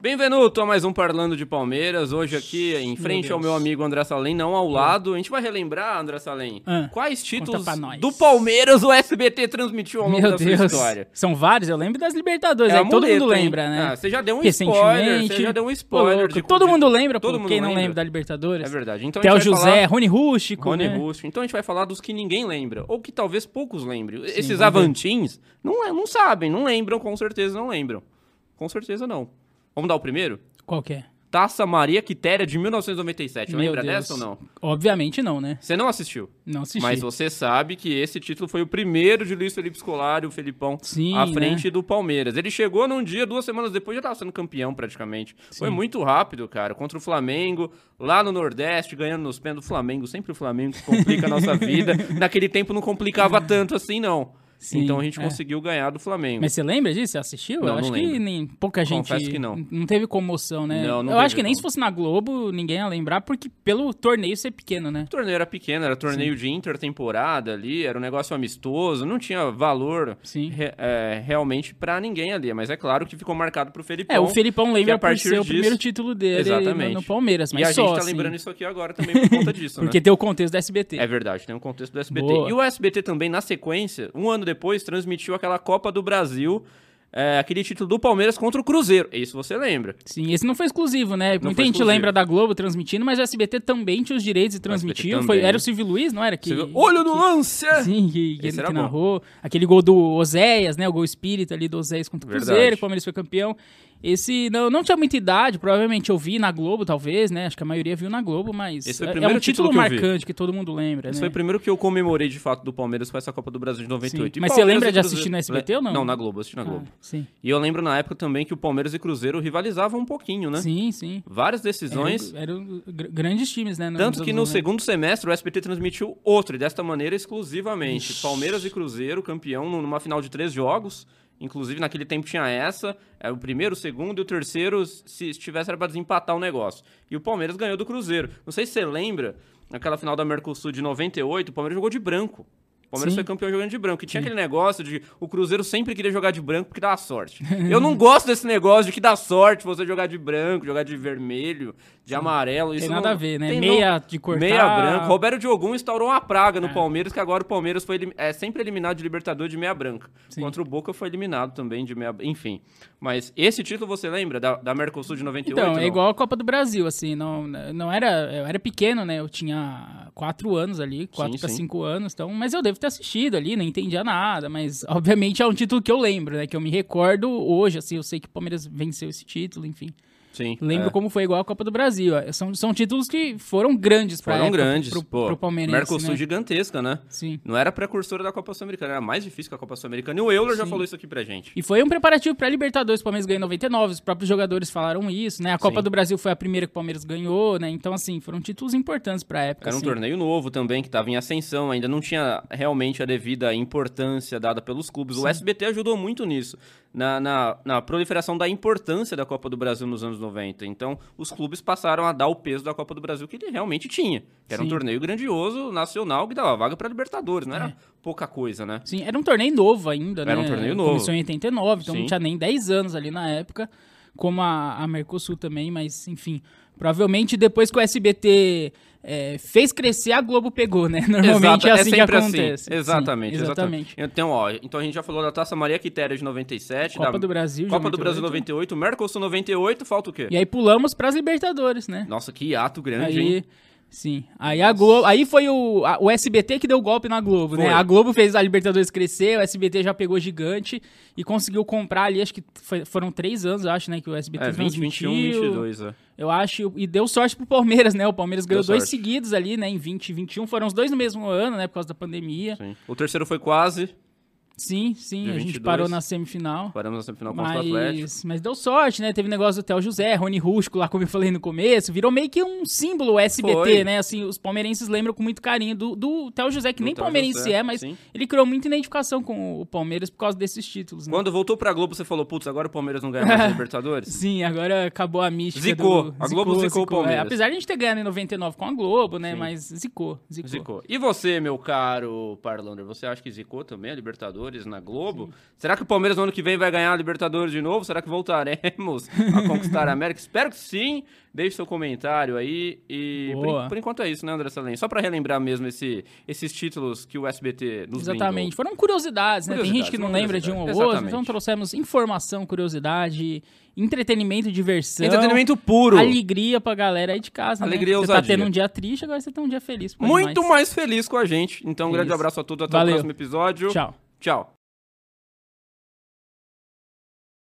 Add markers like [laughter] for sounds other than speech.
Bem-vindo a mais um Parlando de Palmeiras. Hoje aqui em frente Deus. Hum. ao meu amigo André Salem, não ao lado. A gente vai relembrar, André Salem, Ah, quais títulos pra nós. do Palmeiras o SBT transmitiu ao longo Meu da Deus. sua história. São vários, eu lembro das Libertadores, É aí todo amuleto, mundo hein? lembra, né? Ah, você já deu um Recentemente. spoiler, você já deu um spoiler. Ô, de- louco, todo de- mundo lembra, todo pô, mundo quem não lembra. lembra da Libertadores? É verdade. Então a Theo gente vai José, falar... Rony Rústico, Rony né? Russo. Então a gente vai falar dos que ninguém lembra, ou que talvez poucos lembrem. Esses vamos ver. avantins não, é- não sabem, não lembram, com certeza não lembram. Com certeza não. Vamos dar o primeiro? Qual que é? Taça Maria Quitéria de 1997. Meu Lembra Deus. dessa ou não? Obviamente não, né? Você não assistiu, Não assisti. mas você sabe que esse título foi o primeiro de Luiz Felipe Scolari, o Felipão, Sim, à né? frente do Palmeiras. Ele chegou num dia, duas semanas depois já estava sendo campeão praticamente. Foi Sim. muito rápido, cara, contra o Flamengo, lá no Nordeste, ganhando nos pés do Flamengo. Sempre o Flamengo que complica a [laughs] nossa vida. Naquele tempo não complicava tanto assim, não. Sim, então a gente é. conseguiu ganhar do Flamengo. Mas você lembra disso? Você assistiu? Não, eu não acho que lembro. nem pouca gente. Confesso que não. Não teve comoção, né? Não, não eu acho teve, que nem não. se fosse na Globo, ninguém ia lembrar, porque pelo torneio ser pequeno, né? O torneio era pequeno, era torneio de intertemporada ali, era um negócio amistoso, não tinha valor Sim. re- é, realmente pra ninguém ali. Mas é claro que ficou marcado pro Felipão. É, o Felipão Então, que lembra a por partir ser o disso- primeiro título dele Exatamente. no, no Palmeiras, mas E a só gente tá assim, lembrando isso aqui agora também por [laughs] conta disso, porque né? tem o contexto da SBT. É verdade, tem um contexto do SBT. Boa. E o SBT também, na sequência, um ano depois, transmitiu aquela Copa do Brasil, é, aquele título do Palmeiras contra o Cruzeiro. Isso você lembra. Sim, esse não foi exclusivo, né? Muita foi gente exclusivo. lembra da Globo transmitindo, mas o SBT também tinha os direitos e transmitiu. SBT Foi, também. era o Silvio Luiz, não era? Que, Você viu? Olho no que- lance! Sim, que, que, Esse que era bom. narrou. Aquele gol do Oséias, né? O gol espírita ali do Oséias contra o Verdade. Cruzeiro, que o Palmeiras foi campeão. Esse não, não tinha muita idade, provavelmente eu vi na Globo, talvez, né? Acho que a maioria viu na Globo, mas Esse foi o é- é primeiro um título, título que eu vi. marcante que todo mundo lembra, Esse né? foi o primeiro que eu comemorei de fato do Palmeiras, foi essa Copa do Brasil de 98. Sim. E Mas Palmeiras você lembra e de Cruzeiro- assistir na SBT ou não? Não, na Globo, assisti na Globo. Ah, sim. E eu lembro na época também que o Palmeiras e Cruzeiro rivalizavam um pouquinho, né? Sim, É, sim. Várias Eram decisões. eram um gr- grandes times, né? nos Tanto que no anos 90. segundo semestre o SBT transmitiu outro, e desta maneira exclusivamente. Palmeiras e Cruzeiro, campeão nu- numa final de três jogos. Inclusive, naquele tempo tinha essa. é, O primeiro, o segundo e o terceiro, se estivesse, era pra desempatar o negócio. E o Palmeiras ganhou do Cruzeiro. Não sei se você lembra, naquela final da Mercosul de 98, o Palmeiras jogou de branco. O Palmeiras Sim. foi campeão jogando de branco. E tinha aquele negócio de o Cruzeiro sempre queria jogar de branco porque dá [laughs] sorte. Eu não gosto desse negócio de que dá sorte você jogar de branco, jogar de vermelho, de amarelo. Isso Tem nada não- a ver, né? tem não- Meia de cortar. Meia branca. Roberto Diogun instaurou uma praga no É. Palmeiras, que agora o Palmeiras foi elim- é, sempre eliminado de Libertador de meia branca. Sim. Contra o Boca foi eliminado também de meia Enfim. Mas esse título você lembra? Da, da Mercosul de 98? Então, não? é igual a Copa do Brasil, assim, não, não era, eu era pequeno, né, eu tinha quatro anos ali, quatro Sim, para sim. cinco anos, então, mas eu devo ter assistido ali, não entendia nada, mas obviamente é um título que eu lembro, né, que eu me recordo hoje, assim, eu sei que o Palmeiras venceu esse título, enfim, Sim. lembro é. como foi igual a Copa do Brasil, ó, são, são títulos que foram grandes pra Foram época, grandes. pro, pô, pro Palmeirense, Mercosul né? gigantesca, né? Sim. Não era precursora da Copa Sul-Americana, era mais difícil que a Copa Sul-Americana. E o Euler já falou isso aqui pra gente. E foi um preparativo para Libertadores, o Palmeiras ganhou em 99, os próprios jogadores falaram isso, né? A Copa Sim. do Brasil foi a primeira que o Palmeiras ganhou, né? Então assim, foram títulos importantes para época, Era um assim. torneio novo também, que estava em ascensão, ainda não tinha realmente a devida importância dada pelos clubes. O SBT ajudou muito nisso, na, na, na proliferação da importância da Copa do Brasil nos anos 90. Então, os clubes passaram a dar o peso da Copa do Brasil que ele realmente tinha. Que era um Sim. torneio grandioso, nacional, que dava vaga para Libertadores, não era É. pouca coisa, né? Sim, era um torneio novo ainda, Era né? um torneio novo. Começou em 89, então Sim. não tinha nem 10 anos ali na época, como a, a Mercosul também, mas enfim. Provavelmente depois que o SBT é, fez crescer, a Globo pegou, né? [laughs] Normalmente Exata- é assim que sempre acontece. Sim, Exatamente, exatamente. exatamente. Então, ó, então a gente já falou da Taça Maria Quitéria de 97, Copa da do Brasil de Copa do Brasil 98. 98, Mercosul 98, falta o quê? E aí pulamos pras Libertadores, né? Nossa, que ato grande, hein? Aí, sim. Aí a Globo, aí foi o, a- o SBT que deu o golpe na Globo, Foi. né? A Globo fez a Libertadores crescer, o SBT já pegou gigante e conseguiu comprar ali, acho que foi- foram três anos, eu acho, né, que o SBT É, 20, 21, transmitiu. 22, é. Eu acho, e deu sorte pro Palmeiras, né? O Palmeiras ganhou Deu dois sorte. seguidos ali, né, em 20 e 21, foram os dois no mesmo ano, né, por causa da pandemia. Sim. O terceiro foi quase, Sim, sim, Dia a gente 22. parou na semifinal. paramos na semifinal contra o Atlético. Mas, mas deu sorte, né? Teve negócio do Theo José, Rony Rústico, lá como eu falei no começo, virou meio que um símbolo SBT, Foi. né? Assim, os palmeirenses lembram com muito carinho do, do Theo José, que Do nem Theo palmeirense José, é, mas sim. ele criou muita identificação com o Palmeiras por causa desses títulos, né? Quando voltou pra Globo, você falou, putz, agora o Palmeiras não ganha mais [laughs] a Libertadores? Sim, agora acabou a mística. Zicou. do- A Globo zicou o Palmeiras. É, apesar de a gente ter ganhado em 99 com a Globo, né? Mas zicou, zicou. Zicou. E você, meu caro Parlander, você acha que zicou também a Libertadores na Globo. Será que o Palmeiras no ano que vem vai ganhar a Libertadores de novo? Será que voltaremos a conquistar a América? Espero que sim. Deixe seu comentário aí. E por, Boa. en- por enquanto é isso, né, André Salem? Só para relembrar mesmo esse- esses títulos que o SBT nos brindou. Exatamente. Foram curiosidades, né? Tem Curiosidades, gente que não foram lembra de um ou curiosidades. outro, Exatamente. então trouxemos informação, curiosidade, entretenimento, diversão. Entretenimento puro. Alegria pra galera aí de casa, né? Alegria e Você tá ousadia. tendo um dia triste, agora você tem um dia feliz. pô, Muito demais. mais feliz com a gente. Então, um grande Isso. abraço a todos. Até Valeu. o próximo episódio. Tchau. Tchau.